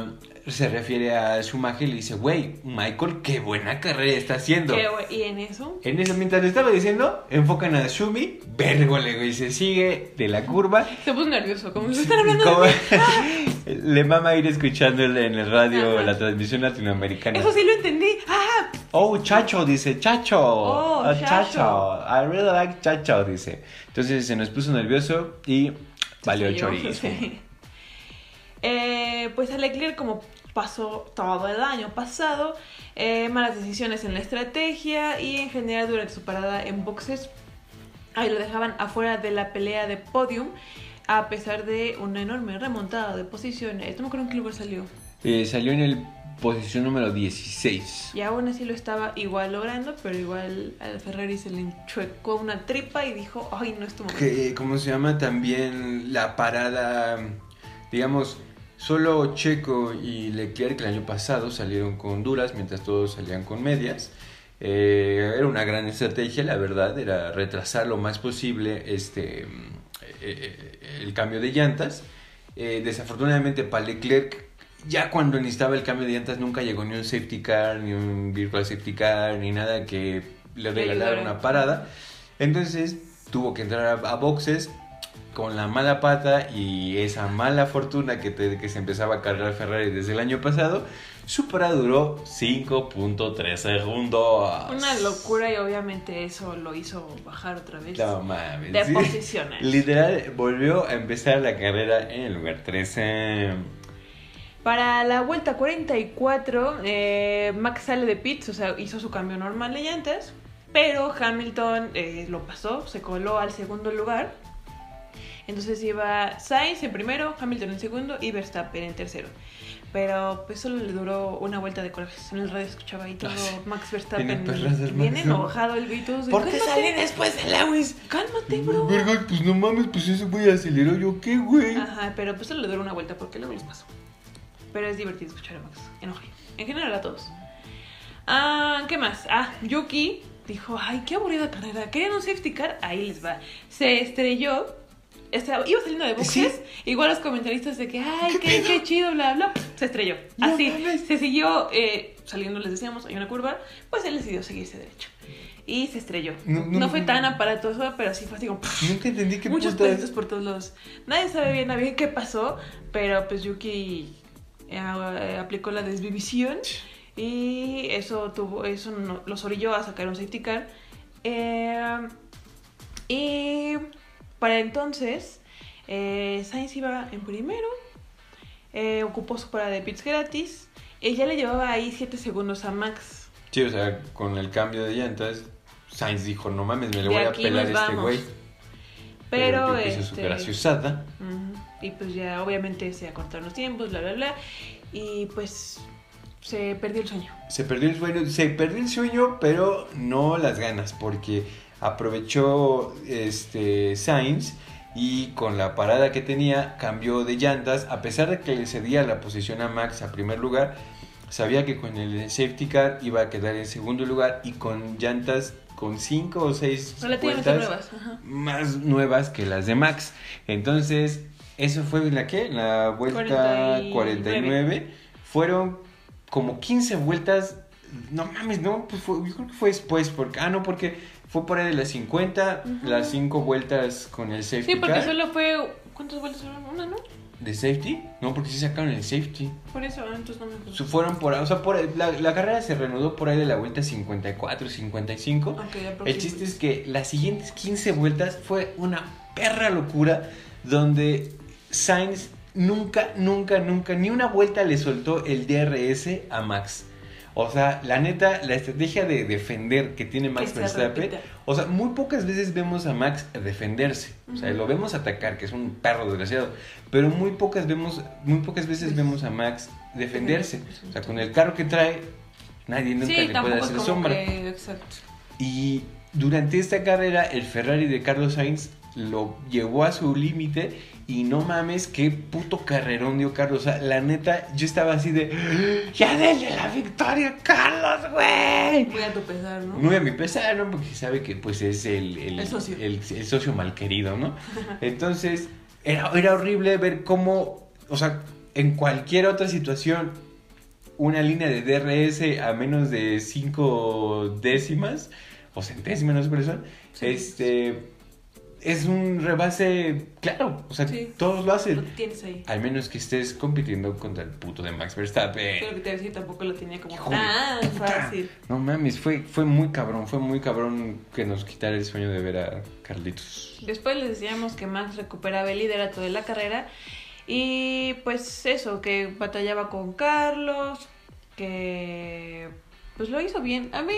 S2: se refiere a Schumacher y le dice: Güey, Michael, qué buena carrera está haciendo.
S1: Qué güey, Eh, Y en eso.
S2: En eso, mientras le estaba diciendo, enfocan a Shumi, vérgole, güey, se sigue de la curva.
S1: Se puso nervioso. Como se están hablando
S2: Como-
S1: de mí.
S2: le mama ir escuchando el- en el radio
S1: Ajá.
S2: la transmisión latinoamericana.
S1: Eso sí lo entendí. ¡Ah!
S2: Oh, chacho, dice, chacho.
S1: Oh,
S2: Ah,
S1: chacho.
S2: I really like chacho, dice. Entonces se nos puso nervioso y valió
S1: Sí, yo,
S2: chorizo.
S1: sí. Eh, pues a Leclerc, como pasó todo el año pasado, eh, malas decisiones en la estrategia y en general durante su parada en boxes, ahí lo dejaban afuera de la pelea de podium. A pesar de una enorme remontada de posiciones, no me acuerdo en qué lugar salió.
S2: Eh, salió en el posición número 16.
S1: Y aún así lo estaba igual logrando, pero igual al Ferrari se le enchuecó una tripa y dijo: Ay, no es tu momento.
S2: que, eh, ¿cómo se llama? También la parada, digamos, solo Checo y Leclerc el año pasado salieron con duras, mientras todos salían con medias. Eh, era una gran estrategia, la verdad, era retrasar lo más posible este, mm, eh, eh, el cambio de llantas. Eh, desafortunadamente para Leclerc, ya cuando necesitaba el cambio de llantas nunca llegó ni un safety car, ni un virtual safty car, ni nada que le
S1: Le
S2: regalara
S1: ayudara.
S2: una parada. Entonces, tuvo que entrar a, a boxes con la mala pata y esa mala fortuna que, te- que se empezaba a cargar Ferrari desde el año pasado, su parada duró 5.3 segundos.
S1: Una locura y obviamente eso lo hizo bajar otra vez.
S2: No mames.
S1: de
S2: sí.
S1: posiciones.
S2: Literal, volvió a empezar la carrera en el lugar 13.
S1: Para la vuelta 44, eh, Max sale de pits, o sea, hizo su cambio normal de llantas, pero Hamilton eh, lo pasó, se coló al segundo lugar. Entonces iba Sainz en primero, Hamilton en segundo y Verstappen en tercero. Pero pues solo le duró una vuelta de coraje. En el radio escuchaba ahí todo
S2: Ah, sí.
S1: Max Verstappen.
S2: Tiene perras del
S1: Bien
S2: Max, ¿no?
S1: enojado el grito. de,
S2: ¿Por qué
S1: "Cálmate,
S2: salí después de Lewis?
S1: Cálmate, bro.
S2: Verga, pues no mames, pues ese güey aceleró yo, ¿qué güey?
S1: Ajá, pero pues solo le dura una vuelta porque luego les paso. Pero es divertido escuchar a Max. Enojé. En general a todos. Ah, ¿qué más? Ah, Yuki dijo, ay, qué aburrida carrera. Querían un safety car, ahí les va. Se estrelló. Estaba- iba saliendo de boxes. Igual los comentaristas de que, ay, qué, qué chido, bla, bla. Se estrelló.
S2: No
S1: Así.
S2: mames.
S1: se siguió eh, saliendo, les decíamos, hay una curva. Pues él decidió seguirse derecho. Y se estrelló.
S2: No,
S1: No,
S2: no,
S1: fue
S2: no.
S1: tan aparatoso, pero sí fue así como...
S2: Nunca entendí qué
S1: Muchos
S2: putas-
S1: pleitos por todos lados. Nadie sabe bien a bien qué pasó, pero pues Yuki eh, eh, aplicó la desvivisión y eso tuvo eso no- los orilló a sacar un safety car. Eh, y para entonces, eh, Sainz iba en primero, eh, ocupó su parada de pits gratis. Ella le llevaba ahí 7 segundos a Max.
S2: Sí, o sea, con el cambio de llantas, Sainz dijo, no mames, me
S1: De
S2: lo voy a
S1: aquí
S2: pelar
S1: nos
S2: a este
S1: vamos.
S2: güey.
S1: Pero,
S2: yo que hice su
S1: este,
S2: graciosada.
S1: Ujú. Y pues ya obviamente se acortaron los tiempos, bla, bla, bla. Y pues se perdió el sueño.
S2: Se perdió el sueño, se perdió el sueño, pero no las ganas, porque aprovechó este Sainz y con la parada que tenía cambió de llantas, a pesar de que le cedía la posición a Max a primer lugar, sabía que con el safety car iba a quedar en segundo lugar y con llantas con 5 o 6
S1: Relativamente nuevas. Ajá.
S2: más nuevas que las de Max. Entonces, eso fue en la que, en la vuelta
S1: 49.
S2: 49. fueron como 15 vueltas. No mames, no, pues fue- yo creo que fue después, porque, ah, no, porque fue por ahí de las 50,
S1: Ujú.
S2: las 5 vueltas con el safety
S1: Sí, porque
S2: car.
S1: solo fue... ¿Cuántas vueltas fueron? Una, ¿no?
S2: ¿De safety? No, porque sí sacaron el safety.
S1: Por eso, ah, entonces no me acuerdo.
S2: Su- Fueron por, o sea, por ahí- la, la carrera se reanudó por ahí de la vuelta 54, 55.
S1: Ok, ya
S2: El
S1: próximo.
S2: chiste es que las siguientes 15 vueltas fue una perra locura donde Sainz nunca, nunca, nunca, ni una vuelta le soltó el DRS a Max. O sea, la neta, la estrategia de defender que tiene Max
S1: se
S2: Verstappen,
S1: Este, repita.
S2: o sea, muy pocas veces vemos a Max defenderse. O sea,
S1: Ujú.
S2: lo vemos atacar, que es un perro desgraciado, pero muy pocas vemos, muy pocas
S1: Pues,
S2: veces vemos a Max defenderse. O sea, con el carro que trae, nadie nunca
S1: Sí,
S2: le puede
S1: tampoco es
S2: hacer
S1: como
S2: sombra.
S1: que... Exacto.
S2: Y durante esta carrera, el Ferrari de Carlos Sainz lo llevó a su límite. Y no mames, qué puto carrerón dio Carlos. O sea, la neta, yo estaba así de. "¡Ah, ¡Ya denle la victoria, a Carlos, güey!
S1: Voy a tu pesar, ¿no?
S2: Muy a mi pesar, ¿no? Porque sabe que pues es el, el,
S1: El socio.
S2: el- el socio mal querido, ¿no? Entonces, era, era horrible ver cómo, o sea, en cualquier otra situación, una línea de DRS a menos de cinco décimas, o centésimas, no sé cuáles son,
S1: Sí.
S2: este, es un rebase claro, o sea,
S1: Sí.
S2: todos lo
S1: Lo
S2: hacen.
S1: tienes ahí.
S2: Al menos que estés compitiendo contra el puto de Max Verstappen.
S1: Creo que te decía tampoco lo tenía como
S2: Hijo de
S1: tan
S2: puta.
S1: fácil.
S2: No mames, fue, fue muy cabrón, fue muy cabrón que nos quitara el sueño de ver a Carlitos.
S1: Después les decíamos que Max recuperaba el liderato de la carrera y pues eso, que batallaba con Carlos, que pues lo hizo bien. A mí,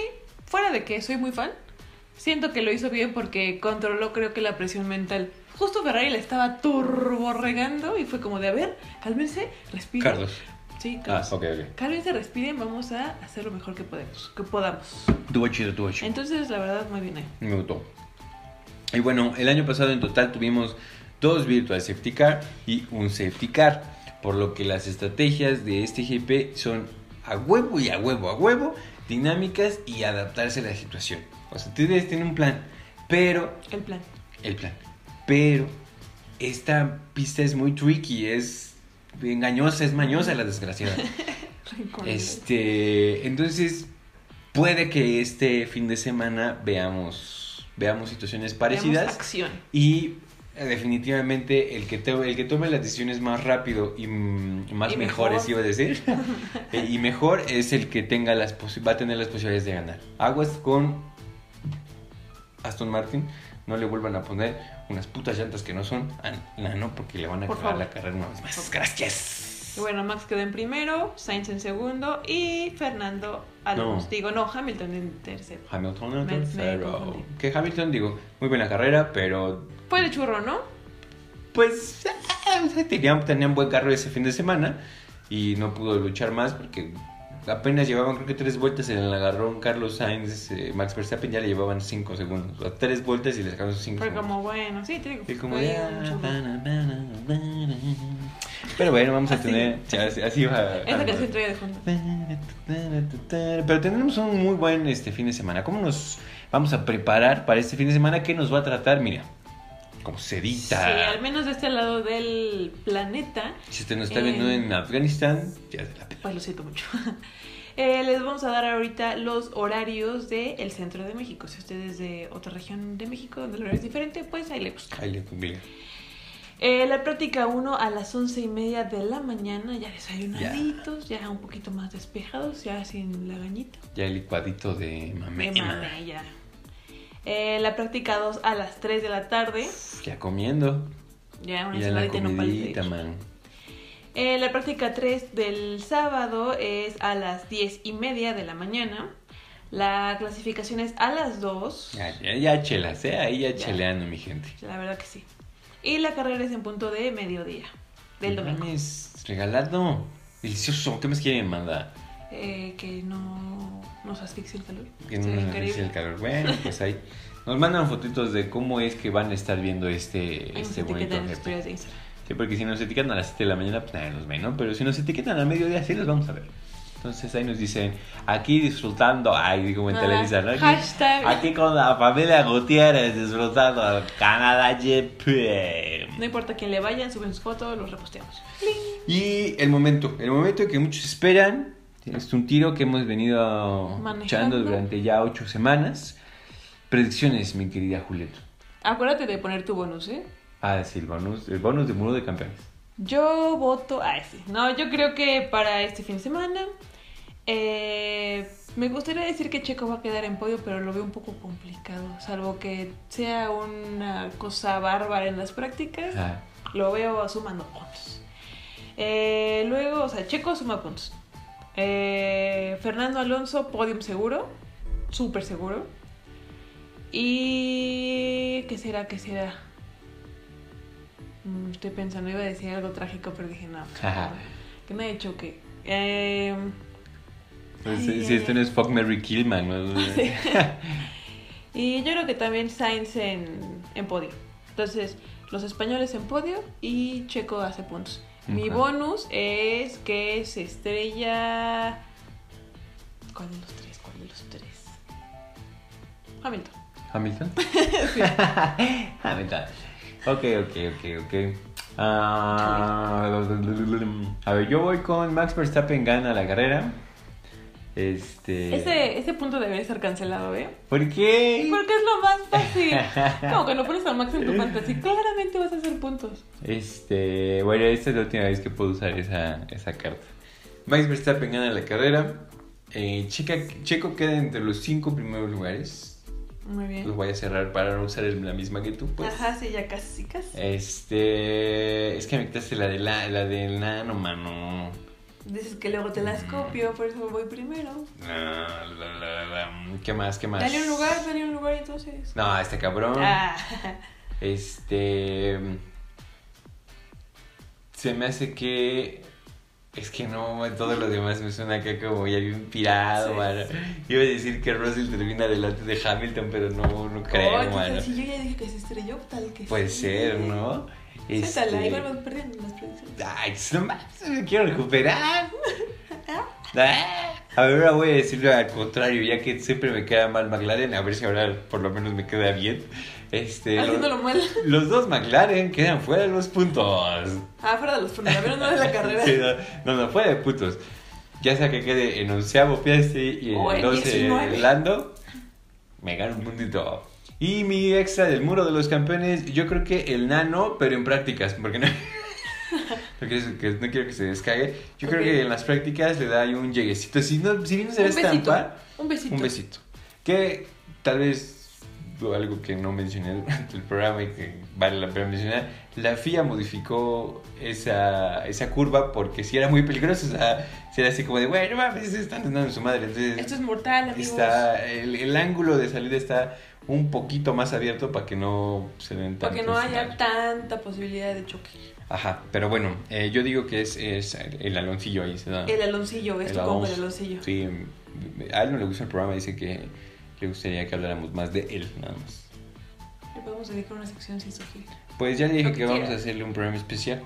S1: fuera de que soy muy fan, siento que lo hizo bien porque controló creo que la presión mental. Justo Ferrari le estaba turborregando y fue como de, a ver, cálmense, respiren.
S2: Carlos.
S1: Sí,
S2: Ah,
S1: Carlos.
S2: ok, ok.
S1: Cálmense, respiren, vamos a hacer lo mejor que podemos, que podamos.
S2: Tuvo chido, tuvo chido.
S1: Entonces, la verdad, muy bien ahí.
S2: Me gustó. Y bueno, el año pasado en total tuvimos dos Virtual Safety Car y un Safety Car. Por lo que las estrategias de este GP son a huevo y a huevo, a huevo, dinámicas y adaptarse a la situación. O sea, ustedes tienen un plan, pero
S1: El plan.
S2: el plan. Pero esta pista es muy tricky, es engañosa, es mañosa la desgraciada. este, entonces puede que este fin de semana veamos veamos situaciones
S1: Veamos
S2: parecidas.
S1: acción.
S2: Y eh, definitivamente el que, to- el que tome las decisiones más rápido y mm, más
S1: Y mejor.
S2: mejores, iba a decir, eh, y mejor es el que tenga las posi- va a tener las posibilidades de ganar. Aguas con Aston Martin, no le vuelvan a poner unas putas llantas que no son a Nano porque le van a
S1: Por
S2: acabar
S1: favor.
S2: la carrera una vez
S1: Por
S2: más.
S1: favor.
S2: Gracias.
S1: Y bueno, Max quedó en primero, Sainz en segundo y Fernando Alonso.
S2: No.
S1: Digo, no, Hamilton en tercero.
S2: Hamilton,
S1: Me- me
S2: Hamilton, pero...
S1: confundí.
S2: Que Hamilton, digo, muy buena carrera, pero
S1: Fue de churro, ¿no?
S2: pues eh, tenían, tenían buen carro ese fin de semana y no pudo luchar más porque apenas llevaban creo que tres vueltas en el agarrón Carlos Sainz, eh, Max Verstappen ya le llevaban cinco segundos, o sea, tres vueltas y le sacaron cinco
S1: Fue
S2: segundos.
S1: como, bueno, sí, te digo.
S2: Y como
S1: fue
S2: ya,
S1: un churro.
S2: na, na, na, na, na. Pero bueno, vamos a
S1: Así.
S2: tener... sí, así, así va-
S1: Esa canción traía de fondo.
S2: pero tendremos un muy buen este fin de semana. ¿Cómo nos vamos a preparar para este fin de semana? ¿Qué nos va a tratar? Mira, como
S1: Sí,
S2: sedita.
S1: al menos de este lado del planeta,
S2: Si usted nos está
S1: Eh.
S2: viendo en Afganistán, ya se la pela.
S1: pues lo siento mucho. Eh, les vamos a dar ahorita los horarios del centro de México. Si usted es de otra región de México donde el horario es diferente, pues ahí le busca.
S2: Ahí le conviene.
S1: Eh, la práctica 1 a las once y media de la mañana, ya desayunaditos, ya un poquito más despejados, ya sin la gañita.
S2: Ya el licuadito de Em, mamé.
S1: Me mamé ya. Eh, la práctica 2 a las 3 de la tarde,
S2: Ya comiendo.
S1: ya una
S2: Y ya la
S1: ensaladita y nopalitos.
S2: comidita, man.
S1: Eh, la práctica 3 del sábado es a las 10 y media de la mañana. La clasificación es a las 2.
S2: Ya, ya, ya chelas, ¿eh? Ahí ya,
S1: Ya.
S2: cheleando, mi gente.
S1: La verdad que sí. Y la carrera es en punto de mediodía del
S2: No
S1: domingo.
S2: mames, regalado. Delicioso. ¿Qué más quieren mandar?
S1: Eh, que no nos asfixie el calor.
S2: Que no
S1: Sería
S2: nos
S1: increíble.
S2: avise el calor. Bueno, pues ahí. Nos mandan fotitos de cómo es que van a estar viendo este,
S1: Ahí nos
S2: este
S1: etiquetan
S2: bonito
S1: en las
S2: jefe.
S1: historias de Instagram.
S2: Sí, porque si nos etiquetan a las 7 de la mañana, pues nadie nos ve, ¿no? Pero si nos etiquetan a mediodía, sí los vamos a ver. Entonces ahí nos dicen, aquí disfrutando, ay, como en
S1: Ah,
S2: Televisa, ¿no? Aquí,
S1: hashtag.
S2: aquí con la familia Gutiérrez disfrutando al Canadá JP.
S1: No importa quién le vayan, suben sus fotos, los reposteamos.
S2: Y el momento, el momento que muchos esperan, es un tiro que hemos venido
S1: Manejando.
S2: echando durante ya 8 semanas. Predicciones, mi querida Julieta.
S1: Acuérdate de poner tu bonus, ¿eh?
S2: Ah, sí, el bonus, el bonus de Muro de Campeones.
S1: Yo voto a ese. No, yo creo que para este fin de semana. eh, me gustaría decir que Checo va a quedar en podio, pero lo veo un poco complicado. Salvo que sea una cosa bárbara en las prácticas,
S2: Ah,
S1: lo veo sumando puntos. Eh, luego, o sea, Checo suma puntos. Eh, Fernando Alonso, podium seguro. Súper seguro. Y. ¿Qué será? ¿Qué será? Mm, Estoy pensando, iba a decir algo trágico, pero dije, no. pues,
S2: Ajá.
S1: no, Que me choque. Eh,
S2: pues,
S1: Ay,
S2: sí,
S1: ay,
S2: sí, esto
S1: ay.
S2: no es Fuck Mary Killman, ¿no?
S1: Sí. y yo creo que también Sainz en, en podio. Entonces, los españoles en podio y Checo hace puntos. Mi
S2: Ok.
S1: bonus es que se estrella. ¿Cuál de los tres? ¿Cuál de los tres? Hamilton.
S2: Hamilton. Hamilton. Ok, ok, ok, ok. Ah, a ver, yo voy con Max Verstappen gana la carrera. Este.
S1: Ese, ese punto debería estar cancelado, ¿eh?
S2: ¿Por qué?
S1: Porque es lo más fácil. Como que no pones al Max en tu fantasy. Claramente vas a hacer puntos.
S2: Este. Bueno, esta es la última vez que puedo usar esa, esa carta. Max Verstappen gana la carrera. Eh, Checa- Checo queda entre los cinco primeros lugares.
S1: Muy
S2: Los
S1: bien.
S2: voy a cerrar para no usar el- la misma que tú, pues. Eh.
S1: Ajá, sí, ya casi, casi.
S2: Este. Es que me quitaste la de la, la del nano, mano.
S1: Dices que luego te las copio, por eso voy primero.
S2: La, la, la, la. ¿Qué más? ¿Qué más?
S1: Dale un lugar, dale un lugar entonces.
S2: No, este cabrón.
S1: Ah,
S2: Este. Se me hace que. Es que no, todo lo demás me suena acá como ya bien pirado,
S1: Sí,
S2: mano. Iba a decir que Russell termina delante de Hamilton, pero no, no creo,
S1: Oye,
S2: mano.
S1: si yo ya dije que se estrelló, tal que
S2: Puede
S1: sí.
S2: ser, ¿no?
S1: Suéltala,
S2: Este-
S1: igual vas perdiendo las predicciones. Ah,
S2: Ay, no más, me quiero recuperar. Ah, A ver, ahora voy a decirlo al contrario, ya que siempre me queda mal McLaren, a ver si ahora por lo menos me queda bien. Este, lo-
S1: Haciéndolo mal.
S2: los dos McLaren quedan fuera de los puntos.
S1: Ah, fuera de los fundamentales, no de la carrera.
S2: Sí, no, no, no, fuera de puntos. Ya sea que quede en onceavo Piastri y en
S1: O en
S2: doce
S1: 19.
S2: Lando, me gano un puntito. Y mi extra del muro de los campeones, yo creo que el nano, pero en prácticas, porque no, no, quiero, que, no quiero que se descague. Yo creo
S1: Ok.
S2: que en las prácticas le da ahí un lleguecito. Si, no, si bien se va a
S1: Un besito,
S2: estampar,
S1: un besito.
S2: un besito. Que tal vez algo que no mencioné durante el programa y que vale la pena mencionar, la FIA modificó esa, esa curva porque si era muy peligroso, o sea, si era así como de, bueno, mames, están dando su madre. Entonces,
S1: Esto es mortal, amigos.
S2: está el, el ángulo de salida está un poquito más abierto para que no se den
S1: Para que no
S2: tantos
S1: haya
S2: daños.
S1: tanta posibilidad de choque.
S2: Ajá, pero bueno, eh, yo digo que es, es el aloncillo ahí, se da.
S1: El aloncillo, es
S2: Ah.
S1: tu
S2: El
S1: compa, el
S2: Alonso.
S1: aloncillo.
S2: Sí, mm, a él no le gusta el programa, dice que le gustaría que habláramos más de él, nada más.
S1: Le podemos dedicar una sección sin surgir.
S2: Pues ya le dije
S1: Lo que
S2: que vamos
S1: quiera.
S2: a hacerle un programa especial.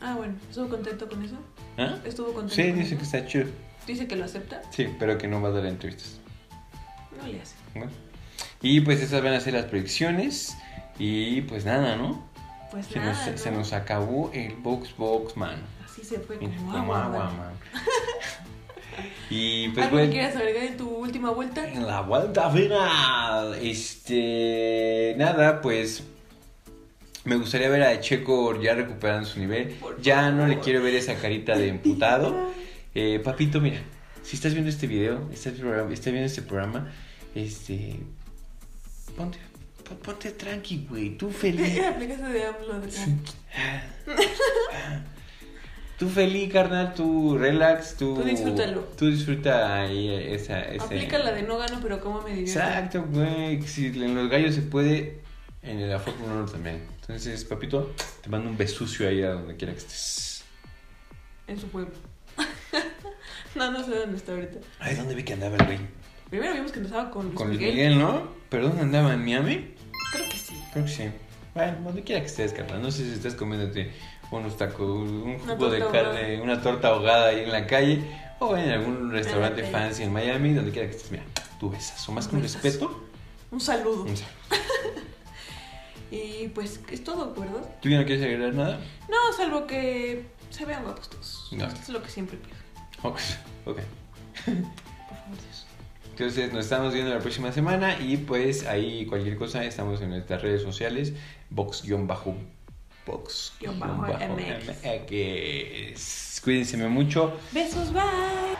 S1: Ah, bueno, ¿estuvo contento con eso?
S2: ¿Ah?
S1: ¿Estuvo contento
S2: Sí,
S1: con
S2: dice que
S1: eso?
S2: está chido.
S1: Dice que lo acepta.
S2: Sí, pero que no va a dar entrevistas.
S1: No le hace.
S2: Bueno. Y pues esas van a ser las predicciones. Y pues nada, ¿no?
S1: Pues
S2: Se,
S1: nada,
S2: nos,
S1: ¿no?
S2: se nos acabó el Box Box, man.
S1: Así se fue
S2: Mira,
S1: como
S2: como
S1: agua.
S2: agua,
S1: ¿verdad?
S2: man. y pues
S1: ¿Algo que
S2: bueno.
S1: quieras agregar en tu última vuelta?
S2: En la vuelta final. Este. Nada, pues. Me gustaría ver a Checo ya recuperando su nivel.
S1: Por
S2: Ya no le
S1: favor.
S2: quiero ver esa carita de emputado. Eh, papito, mira, si estás viendo este video, estás, programa- estás viendo este programa, este. Ponte, pon- ponte tranqui, güey. Tú feliz.
S1: Aplicaste de AMLO. de-
S2: Tú feliz, carnal, tú relax, tú.
S1: Tú disfrútalo.
S2: Tú disfruta ahí esa. esa
S1: Aplica la de no gano, pero cómo me divierto.
S2: Exacto, güey. Si en los gallos se puede, en la Fórmula 1 también. Entonces, papito, te mando un besucio ahí a donde quiera que estés.
S1: En su pueblo. no, no sé dónde está ahorita.
S2: Ay, ¿dónde vi que andaba el güey?
S1: Primero vimos que empezaba con Luis
S2: Con Luis
S1: Miguel.
S2: Miguel, ¿no? ¿Pero dónde andaba? ¿En Miami?
S1: Creo que sí.
S2: Creo que sí. Bueno, donde quiera que estés, carnal. No sé si estás comiéndote unos tacos, un
S1: Una
S2: jugo de
S1: torta
S2: carne, una torta ahogada ahí en la calle o en algún restaurante
S1: calle.
S2: fancy en Miami, donde quiera que estés. Mira, tú besazo. Más con
S1: Un besazo.
S2: respeto,
S1: Un saludo.
S2: un saludo.
S1: Y pues es todo, ¿verdad?
S2: ¿Tú ya no quieres agregar nada?
S1: No, salvo que se vean guapos todos.
S2: No.
S1: Esto es lo que siempre pido.
S2: Ok. Ok.
S1: Por favor, Dios.
S2: Entonces nos estamos viendo la próxima semana y pues ahí cualquier cosa estamos en nuestras redes sociales box-bajo box
S1: Guión bajo MX.
S2: MX. Cuídense mucho.
S1: Besos, bye.